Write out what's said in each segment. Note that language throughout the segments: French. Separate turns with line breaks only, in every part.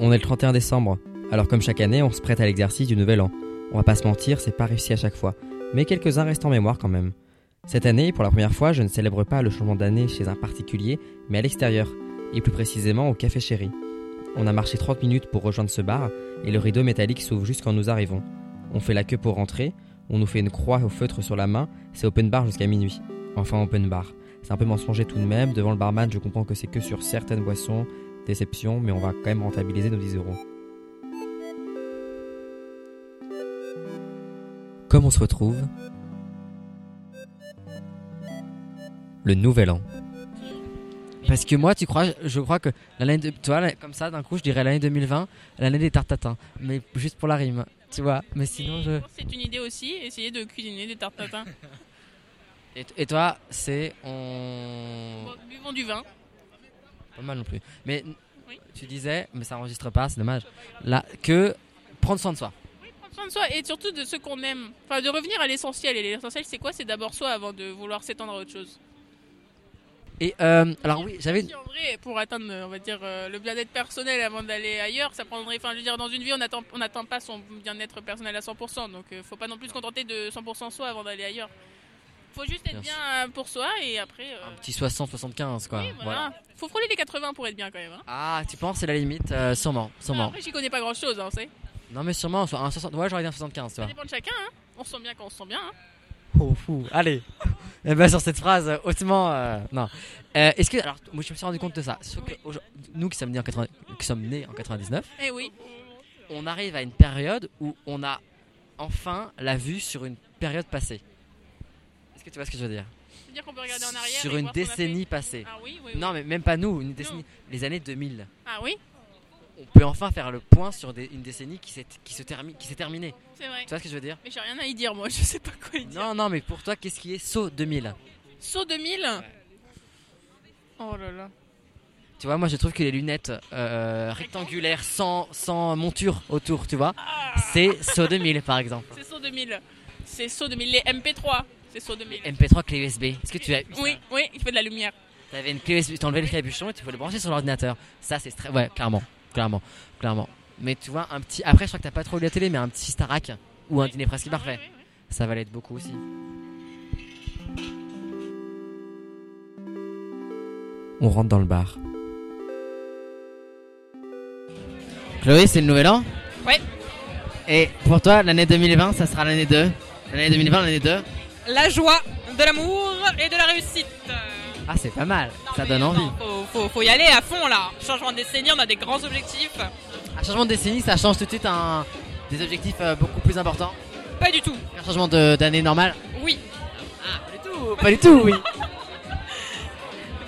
On est le 31 décembre, alors comme chaque année, on se prête à l'exercice du nouvel an. On va pas se mentir, c'est pas réussi à chaque fois, mais quelques-uns restent en mémoire quand même. Cette année, pour la première fois, je ne célèbre pas le changement d'année chez un particulier, mais à l'extérieur, et plus précisément au Café Chéri. On a marché 30 minutes pour rejoindre ce bar, et le rideau métallique s'ouvre jusqu'en nous arrivons. On fait la queue pour rentrer, on nous fait une croix au feutre sur la main, c'est open bar jusqu'à minuit. Enfin open bar. C'est un peu mensonger tout de même, devant le barman je comprends que c'est que sur certaines boissons, déception, mais on va quand même rentabiliser nos 10 euros. Comme on se retrouve Le nouvel an.
Parce que moi, tu crois, je crois que l'année de, tu vois, là, comme ça, d'un coup, je dirais l'année 2020, l'année des tartatins, mais juste pour la rime, tu vois. Mais sinon, je.
C'est une idée aussi, essayer de cuisiner des tartes tatins.
Et, et toi, c'est on.
Bon, buvons du vin.
Pas mal non plus. Mais
Oui.
tu disais, mais ça enregistre pas, c'est dommage. Là, que prendre soin de soi.
Prendre soin de soi et surtout de ce qu'on aime. Enfin, de revenir à l'essentiel. Et l'essentiel, c'est quoi C'est d'abord soi avant de vouloir s'étendre à autre chose.
Et euh, alors oui, j'avais.
Si, en vrai, pour atteindre, euh, on va dire, euh, le bien-être personnel avant d'aller ailleurs, ça prendrait. Enfin, je veux dire, dans une vie, on n'attend on n'atteint pas son bien-être personnel à 100%. Donc, euh, faut pas non plus se contenter de 100% soi avant d'aller ailleurs. Faut juste être
Merci.
bien euh, pour soi et après. euh,
Ah,
Un petit 60-75 quoi.
oui, voilà. Faut frôler les 80 pour être bien quand même. hein.
Ah, tu penses c'est la limite, euh, sûrement,
Enfin,
sûrement.
après, j'y connais pas grand-chose, hein, vous savez.
Non mais sûrement, enfin, un 60, ouais j'aurais dit un 75, tu
Ah.
Ça
vois.
dépend de chacun. Hein. On se sent bien quand on se sent bien. hein.
Oh fou, allez. Et ben sur cette phrase euh, hautement, euh, non. Euh, Est-ce que alors moi je me suis rendu compte de ça. Sauf que aujourd- nous qui sommes nés en 80 qui sommes nés en 99,
Eh oui.
on arrive à une période où on a enfin la vue sur une période passée. Est-ce que tu vois ce que je veux dire
C'est-à-dire qu'on peut regarder en arrière.
Sur
et
une
voir ce qu'on a fait.
décennie passée.
Ah oui, oui. oui.
Non mais même pas nous, une décennie, les années 2000.
Ah oui,
On peut enfin faire le point sur des- une décennie qui s'est qui se termine qui s'est terminée.
c'est vrai.
Tu vois ce que je veux dire
Mais j'ai rien à y dire, moi. Je sais pas quoi y dire.
Non non mais pour toi qu'est-ce qui est saut 2000
Saut 2000 Oh là là.
Tu vois, moi je trouve que les lunettes euh, rectangulaires sans, sans monture autour, tu vois,
Ah.
c'est SO 2000 par exemple.
C'est saut 2000. C'est saut 2000. Les MP3. C'est saut 2000.
MP3 clé USB. Est-ce que tu as eu ça
Oui, oui, il fait de la lumière.
T'avais une clé USB, t'enlevais le capuchon et tu pouvais le brancher sur l'ordinateur. Ça c'est très. Ouais, clairement, clairement, clairement. Mais tu vois, un petit. Après, je crois que t'as pas trop lu la télé, mais un petit Starac ou un dîner presque
Ah,
parfait.
oui, oui, oui.
Ça valait être beaucoup aussi.
On rentre dans le bar.
Chloé, c'est le nouvel an
Ouais.
Et pour toi, l'année 2020, ça sera l'année 2 L'année 2020, l'année 2
La joie, de l'amour et de la réussite. Euh,
Ah, c'est pas mal,
non,
ça
mais
donne
non,
envie.
faut, faut- faut y aller à fond là. Changement de décennie, on a des grands objectifs.
Un changement de décennie, ça change tout de suite un... des objectifs euh, beaucoup plus importants.
Pas du tout.
Un changement de- d'année normale
Oui.
Pas du tout, pas du tout, oui.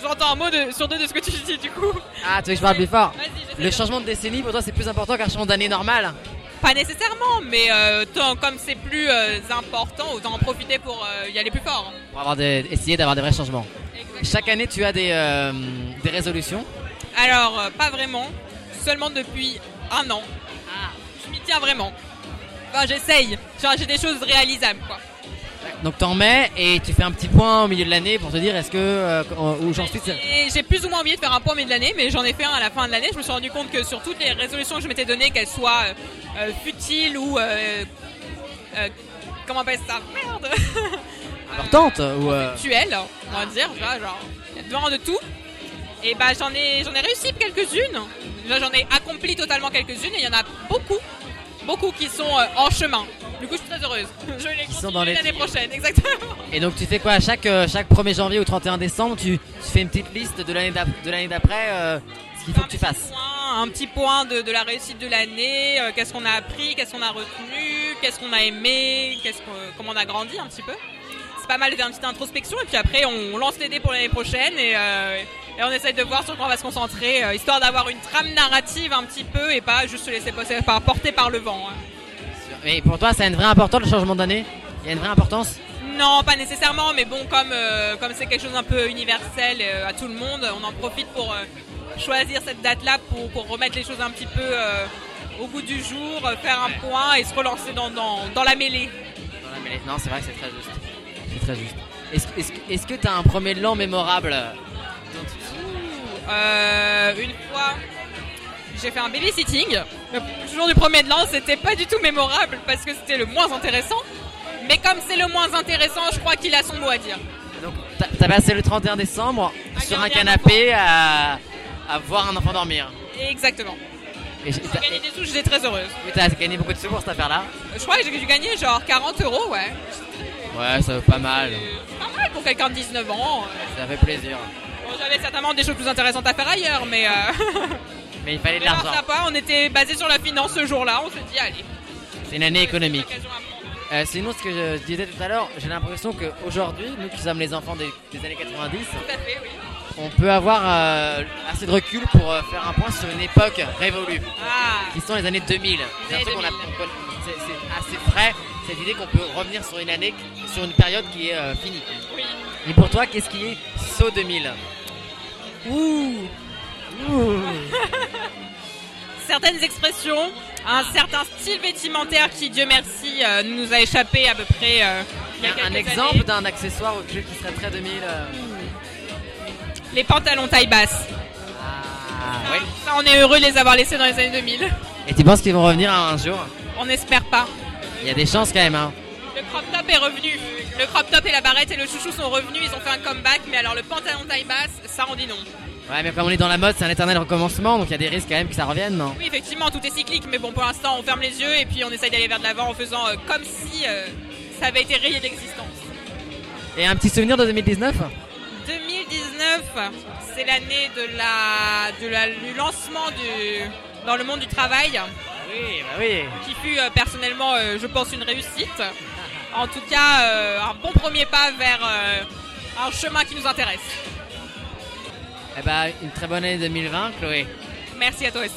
J'entends un mot de- sur deux de ce que tu dis du coup.
Ah, tu veux que je parle plus fort
Vas-y, j'essaie
Le
de-
changement de décennie, pour toi, c'est plus important qu'un changement d'année normale
Pas nécessairement, mais euh, tant, comme c'est plus euh, important, autant en profiter pour euh, y aller plus fort.
Pour avoir des... essayer d'avoir des vrais changements. Chaque année, tu as des, euh, des résolutions.
Alors, euh, pas vraiment. Seulement depuis un an. Je m'y tiens vraiment. Enfin, j'essaye. Genre, J'ai des choses réalisables quoi.
Donc, t'en mets et tu fais un petit point au milieu de l'année pour te dire est-ce que. euh, où j'en suis. c'est-
Et j'ai plus ou moins oublié de faire un point au milieu de l'année, mais j'en ai fait un à la fin de l'année. Je me suis rendu compte que sur toutes les résolutions que je m'étais données, qu'elles soient euh, euh, futiles ou. euh, euh, comment on appelle ça Merde
Importante ou. euh,
Tuelles, on va dire, tu vois, genre, il y a devant de tout. Et bah j'en ai, j'en ai réussi quelques-unes. Là, J'en ai accompli totalement quelques-unes et il y en a beaucoup, beaucoup qui sont euh, en chemin. Du coup, je suis très heureuse. Je les
Qui sont dans les
continue l'année prochaine, exactement.
Et donc tu fais quoi à chaque, euh, chaque 1er janvier au 31 décembre tu, tu fais une petite liste de l'année d'ap- de l'année d'après euh, ce qu'il faut que tu fasses.
Un petit point de, de la réussite de l'année, euh, qu'est-ce qu'on a appris, qu'est-ce qu'on a retenu, qu'est-ce qu'on a aimé, qu'est-ce qu'on- comment on a grandi un petit peu. C'est pas mal de faire une petite introspection et puis après on lance les dés pour l'année prochaine et, euh, et on essaye de voir sur quoi on va se concentrer, euh, histoire d'avoir une trame narrative un petit peu et pas juste se laisser passer- par- porter par le vent. hein.
Mais pour toi ça a une vraie importance le changement d'année Il y a une vraie importance
Non, pas nécessairement, mais bon, comme euh, comme c'est quelque chose d'un peu universel euh, à tout le monde, on en profite pour euh, choisir cette date-là pour, pour remettre les choses un petit peu euh, au goût du jour, euh, faire un point et se relancer dans, dans, dans la mêlée.
Non, mais- Non c'est vrai que c'est très juste. C'est très juste. Est-ce que- est-ce que- est-ce que t'as un premier l'an mémorable
Euh, une fois, j'ai fait un babysitting. Le jour du premier de l'an, c'était pas du tout mémorable parce que c'était le moins intéressant. Mais comme c'est le moins intéressant, je crois qu'il a son mot à dire.
Donc, t'as- t'as passé le 31 décembre
À
sur un
garder un
canapé à, à voir un enfant dormir.
Exactement.
Et j'ai-
J'ai
t'as
gagné des sous, j'étais très heureuse.
oui, t'as gagné beaucoup de sous pour cette affaire-là.
Je crois que j'ai dû gagner genre 40 euros, ouais.
Ouais, ça vaut pas mal.
C'est Pas mal Ah pour quelqu'un de 19 ans. euh,
Ça fait plaisir.
Bon, j'avais certainement des choses plus intéressantes à faire ailleurs, mais, euh,
Mais il fallait de
mais par
l'argent.
ça pas, on était basé sur la finance ce jour-là. On se dit, allez.
C'est une année économique.
c'est l'occasion à prendre.
Euh, sinon, ce que je, je disais tout à l'heure, j'ai l'impression qu'aujourd'hui, nous qui sommes les enfants des, des années 90,
Tout à fait, oui.
on peut avoir euh, assez de recul pour euh, faire un point sur une époque révolue,
Ah,
qui sont les années 2000. C'est un
années
truc qu'on a-
2000.
on connaît- c'est- c'est assez frais, cette idée qu'on peut revenir sur une année, sur une période qui est euh, finie.
oui.
Et pour toi, qu'est-ce qui est saut 2000
Ouh. Certaines expressions, un certain style vestimentaire qui, Dieu merci, euh, nous a échappé à peu près. euh, il y a
Un, un
quelques
exemple
années.
d'un accessoire au jeu qui serait très 2000 euh,
Les pantalons taille basse.
Ah, ouais.
Ça, on est heureux de les avoir laissés dans les années 2000.
Et tu penses qu'ils vont revenir un jour
On n'espère pas.
Il y a des chances quand même. Hein.
Le crop top est revenu. Le crop top et la barrette et le chouchou sont revenus. Ils ont fait un comeback. Mais alors, le pantalon taille basse, ça, on dit non.
Ouais, mais comme on est dans la mode, c'est un éternel recommencement, donc il y a des risques quand même que ça revienne, non
Oui, effectivement, tout est cyclique. Mais bon, pour l'instant, on ferme les yeux et puis on essaye d'aller vers de l'avant en faisant euh, comme si euh, ça avait été rayé d'existence.
Et un petit souvenir de 2019
2019, c'est l'année de la, de la- du lancement du, dans le monde du travail,
Oui, bah oui.
qui fut euh, personnellement, euh, je pense, une réussite. En tout cas, euh, un bon premier pas vers euh, un chemin qui nous intéresse.
Eh bah, une très bonne année 2020, Chloé.
Merci à toi aussi.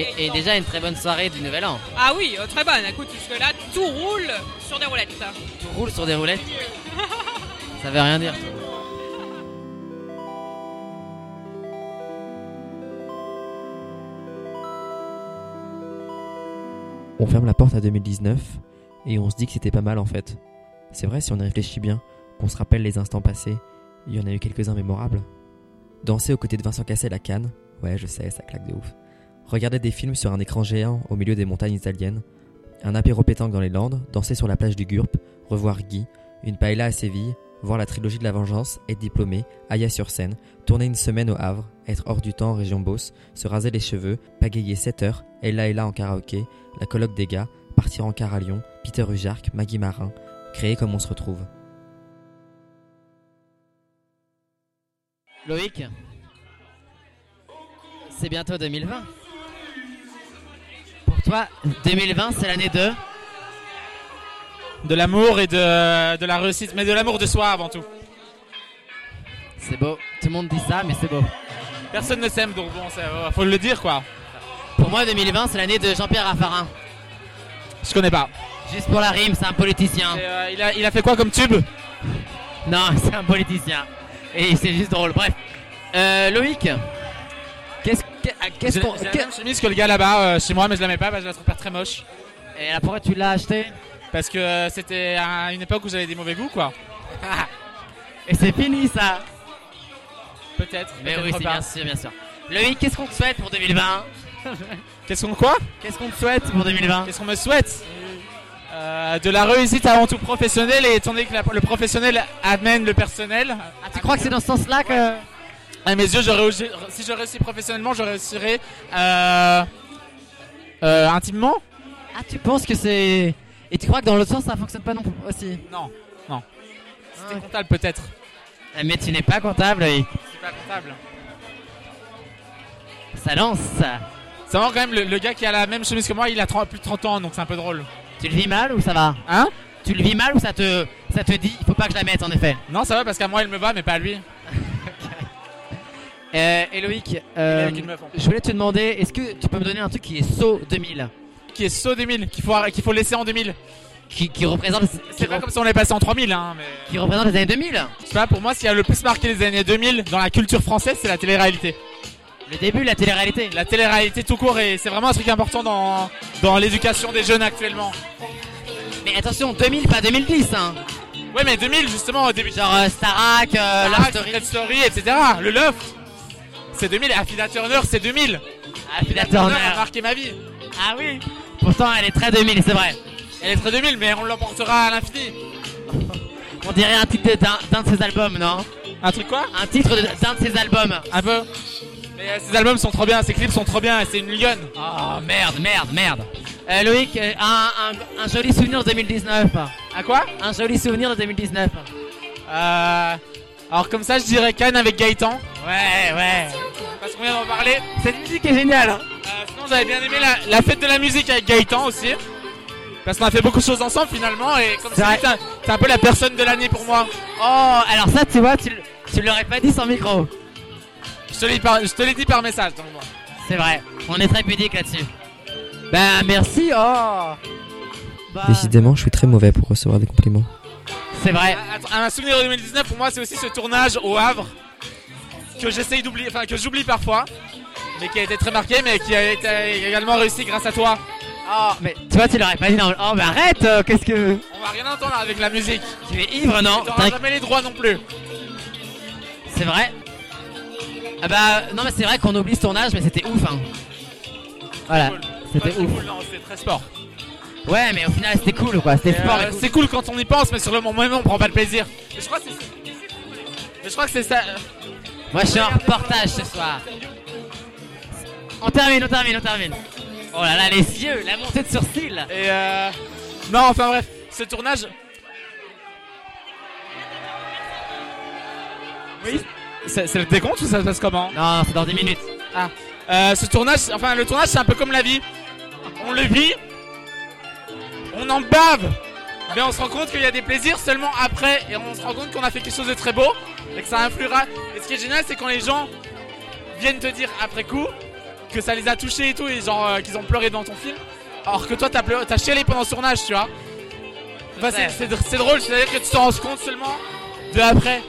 Et, et déjà une très bonne soirée du Nouvel An.
Ah oui, euh, très bonne. Écoute, jusque-là, tout roule sur des roulettes.
Tu roules sur des roulettes Ça veut rien dire.
On ferme la porte à 2019 et on se dit que c'était pas mal en fait. C'est vrai si on y réfléchit bien, qu'on se rappelle les instants passés, il y en a eu quelques-uns mémorables. Danser aux côtés de Vincent Cassel à Cannes, ouais je sais, ça claque de ouf. Regarder des films sur un écran géant au milieu des montagnes italiennes, un apéro pétanque dans les Landes, danser sur la plage du Gurp, revoir Guy, une paella à Séville, voir la trilogie de la vengeance, être diplômé, Aya sur scène, tourner une semaine au Havre, être hors du temps en région Beauce, se raser les cheveux, pagayer 7 heures, et là et là en karaoké, la colloque des gars, partir en car à Lyon, Peter Ujark, Maggie Marin, créer comme on se retrouve.
Loïc C'est bientôt 2020. Pour toi, 2020, c'est l'année de...
De l'amour et de, de la réussite, mais de l'amour de soi avant tout.
C'est beau. Tout le monde dit ça, mais c'est beau.
Personne ne s'aime, donc bon, ça, euh, faut le dire quoi.
Pour moi, 2020, c'est l'année de Jean-Pierre Raffarin.
Je connais pas.
Juste pour la rime, c'est un politicien.
Et, euh, il, a, il a fait quoi comme tube
Non, c'est un politicien. Et c'est juste drôle. Bref. Euh, Loïc Qu'est-ce que- ah, qu'est-ce
J'ai
qu'on.
j'ai la
qu'est-
même chemise que le gars là-bas euh, chez moi, mais je la mets pas, parce que je la trouve pas très moche.
Et là, pourquoi tu l'as acheté
Parce que euh, c'était à une époque où j'avais des mauvais goûts quoi.
Et c'est fini ça
Peut-être.
Mais
peut-être
oui, c'est
pas.
bien sûr, bien sûr. Loïc, qu'est-ce qu'on te souhaite pour 2020
Qu'est-ce qu'on quoi
Qu'est-ce qu'on te souhaite pour 2020
Qu'est-ce qu'on me souhaite Euh, De la réussite avant tout professionnelle et étant donné que la- le professionnel amène le personnel.
Ah, tu crois que c'est dans ce sens-là que.
À Eh, mes yeux, je réussis- si je réussis professionnellement, je réussirai euh, euh, intimement.
Ah, tu penses que c'est. Et tu crois que dans l'autre sens, ça fonctionne pas non plus aussi
Non, non. C'était
Ah.
comptable peut-être.
Eh, Mais tu n'es pas comptable, Loïc.
C'est pas comptable.
Ça lance ça.
C'est marrant quand même, le, le gars qui a la même chemise que moi, il a 30 plus de 30 ans, donc c'est un peu drôle.
Tu le vis mal ou ça va
Hein
Tu le vis mal ou ça te, ça te dit, il faut pas que je la mette en effet
Non, ça va parce qu'à moi, il me va, mais pas à lui.
Euh, et Loïc, euh,
Il est avec une meuf, en plus.
je voulais te demander, est-ce que tu peux me donner un truc qui est saut 2000
Qui est saut 2000, qu'il faut, arr- qu'il faut laisser en 2000.
qui, qui représente, qui,
C'est pas
rep-
comme si on est passé en 3000, hein, mais.
qui représente les années 2000
Je sais pas, pour moi, ce qui a le plus marqué les années 2000 dans la culture française, c'est la télé-réalité.
Le début, la télé-réalité.
La télé-réalité tout court, et c'est vraiment un truc important dans, dans l'éducation des jeunes actuellement.
Mais attention, 2000, pas 2010. Hein.
Ouais, mais 2000, justement, au début. Ah,
Genre euh, Starak, euh, Love
Love
Story.
Story, etc. Le Love, C'est 2000 et Afina Turner, c'est 2000.
Afina
Turner
Ah, Turner.
a marqué ma vie.
Ah oui Pourtant, elle est très 2000, c'est vrai.
Elle est très 2000, mais on l'emportera à l'infini.
On dirait un titre d'un d'un de ses albums, non
Un truc quoi
Un titre de- d'un de ses albums.
Un peu. Mais euh, ses albums sont trop bien, ses clips sont trop bien, et c'est une lionne.
Oh merde, merde, merde. Euh, Loïc, euh, un, un- un joli souvenir de 2019.
À quoi
Un joli souvenir de 2019.
Euh. Alors comme ça, je dirais Cannes avec Gaëtan.
Ouais, ouais.
Parce qu'on vient d'en parler.
Cette musique est géniale. hein.
Euh, sinon, j'avais bien aimé la, la fête de la musique avec Gaëtan aussi. Parce qu'on a fait beaucoup de choses ensemble finalement, et comme
C'est
ça,
vrai.
c'est un- c'est un peu la personne de l'année pour moi.
Oh, alors ça, tu vois, tu, l- tu l'aurais pas dit sans micro.
Je te l'ai par- je te l'ai dit par message, donc bon.
C'est vrai. On est très pudique là-dessus. Bah, merci. Oh. Bah,
Décidément, je suis très mauvais pour recevoir des compliments.
c'est vrai.
Attends, Un souvenir de 2019 pour moi, c'est aussi ce tournage au Havre que j'essaye d'oublier, enfin que j'oublie parfois, mais qui a été très marqué, mais qui a été également réussi grâce à toi.
Oh, mais tu vois, tu l'aurais pas dit dans Oh, mais arrête. euh, Qu'est-ce que.
On va rien entendre avec la musique.
Tu es ivre, non
T'auras
T'inqui-
jamais les droits non plus.
C'est vrai. Ah bah, non, mais c'est vrai qu'on oublie ce tournage, mais c'était ouf, hein. Voilà.
Cool.
C'était
Ouais, c'est
ouf.
cool, non, c'est très sport.
Ouais, mais au final, c'était cool, quoi. C'était
Euh,
sport. et cool.
c'est cool quand on y pense, mais sur le moment même, on prend pas de plaisir. Mais je crois que c'est mais je crois que c'est ça.
Moi, je suis en reportage ce soir. On termine, on termine, on termine. Oh là là, les yeux, la montée de sourcils.
Et euh... Non, enfin bref, ce tournage. Oui. C'est c'est le décompte ou ça se passe comment
Non, c'est dans 10 minutes.
Euh, ce tournage, enfin le tournage c'est un peu comme la vie. On le vit, on en bave, mais on se rend compte qu'il y a des plaisirs seulement après et on se rend compte qu'on a fait quelque chose de très beau et que ça influera. Et ce qui est génial c'est quand les gens viennent te dire après coup que ça les a touchés et tout et genre euh, qu'ils ont pleuré devant ton film alors que toi t'as pleuré- t'as chialé pendant ce tournage tu vois. Enfin, c'est- c'est dr- c'est drôle, c'est-à-dire que tu t'en rends compte seulement de après.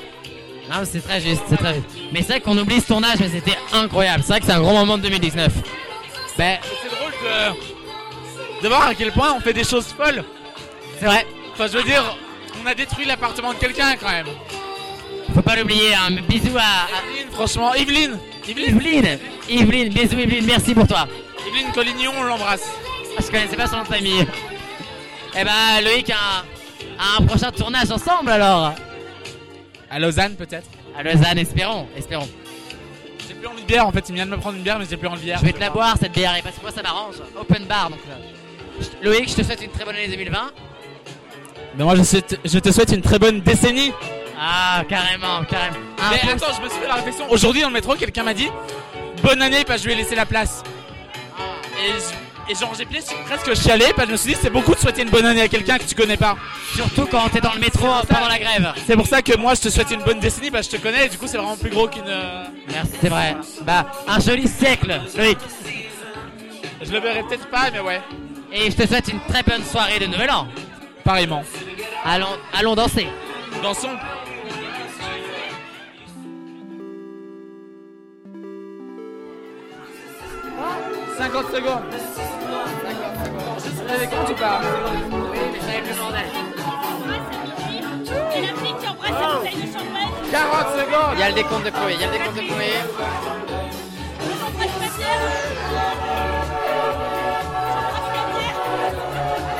Non, mais c'est très juste, c'est très juste. Mais c'est vrai qu'on oublie ce tournage, mais c'était incroyable. C'est vrai que c'est un grand moment de 2019. Ben,
C'est drôle de... de voir à quel point on fait des choses folles.
c'est vrai.
Enfin, je veux dire, on a détruit l'appartement de quelqu'un quand même.
Faut pas l'oublier, hein. Mais Bisous à, à
Evelyne, franchement, Evelyne Evelyne,
Yveline. Yveline, bisous Yveline, merci pour toi.
Evelyne Collignon, on l'embrasse.
Ah, Je connaissais pas son nom de famille. Eh ben, Loïc, à un, à un prochain tournage ensemble alors.
À Lausanne, peut-être
À Lausanne, espérons, espérons.
J'ai plus envie de bière en fait, il vient de me prendre une bière, mais j'ai plus envie de bière.
Je vais te la boire cette bière et parce que moi ça m'arrange. Open bar donc. euh, je- Loïc, je te souhaite une très bonne année 2020.
Mais moi, je, souhaite- je te souhaite une très bonne décennie.
Ah, carrément, carrément. Un
mais
peu-
attends, je me suis fait la réflexion. Ah, Aujourd'hui, dans le métro, quelqu'un m'a dit Bonne année, parce que je lui ai laissé la place. Et, je- Ah. et genre, j'ai presque presque chialé, parce que je me suis dit C'est beaucoup de souhaiter une bonne année à quelqu'un que tu connais pas.
Surtout quand t'es dans le métro euh, pendant la grève.
C'est pour ça que moi, je te souhaite une bonne décennie, parce que je te connais, et du coup, c'est vraiment plus gros qu'une. euh,
Merci, c'est vrai. Bah, un joli siècle, Loïc.
Je le verrai peut-être pas, mais ouais,
Et je te souhaite une très bonne soirée de Nouvel An.
pareillement.
Allons, allons danser.
Dansons
Et la fille qui embrasse la bouteille de champagne,
Il y a le décompte de Chloé, il y a le décompte de Chloé.
j'embrasse ma bière. J'embrasse ma bière.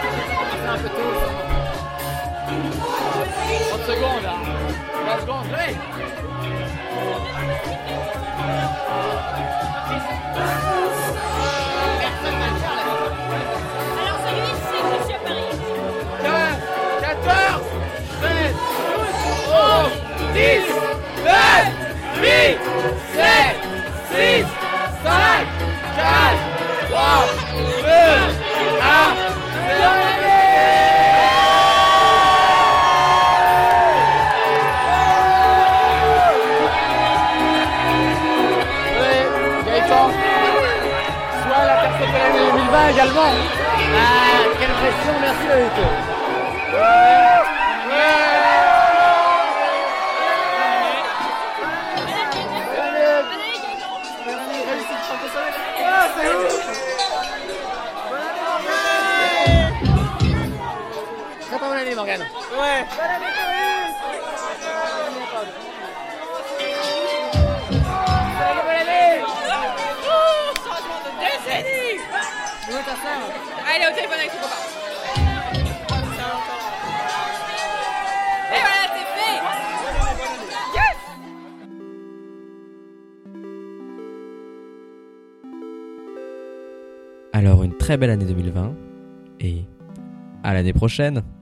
Alors celui-ci, c'est que je suis à Paris.
15, 14, 13, 12, 11, 10, 9, 8, 7, 6, 5, 4, 3, 2, 1. C'est l'année Gaëtan, sois la personne de l'année 2020 également. Ah, quelle pression, merci Loïc.
Bonne année
Allez, au téléphone avec ton copain. Et voilà, c'est fait
Alors, une très belle année 2020 et à l'année prochaine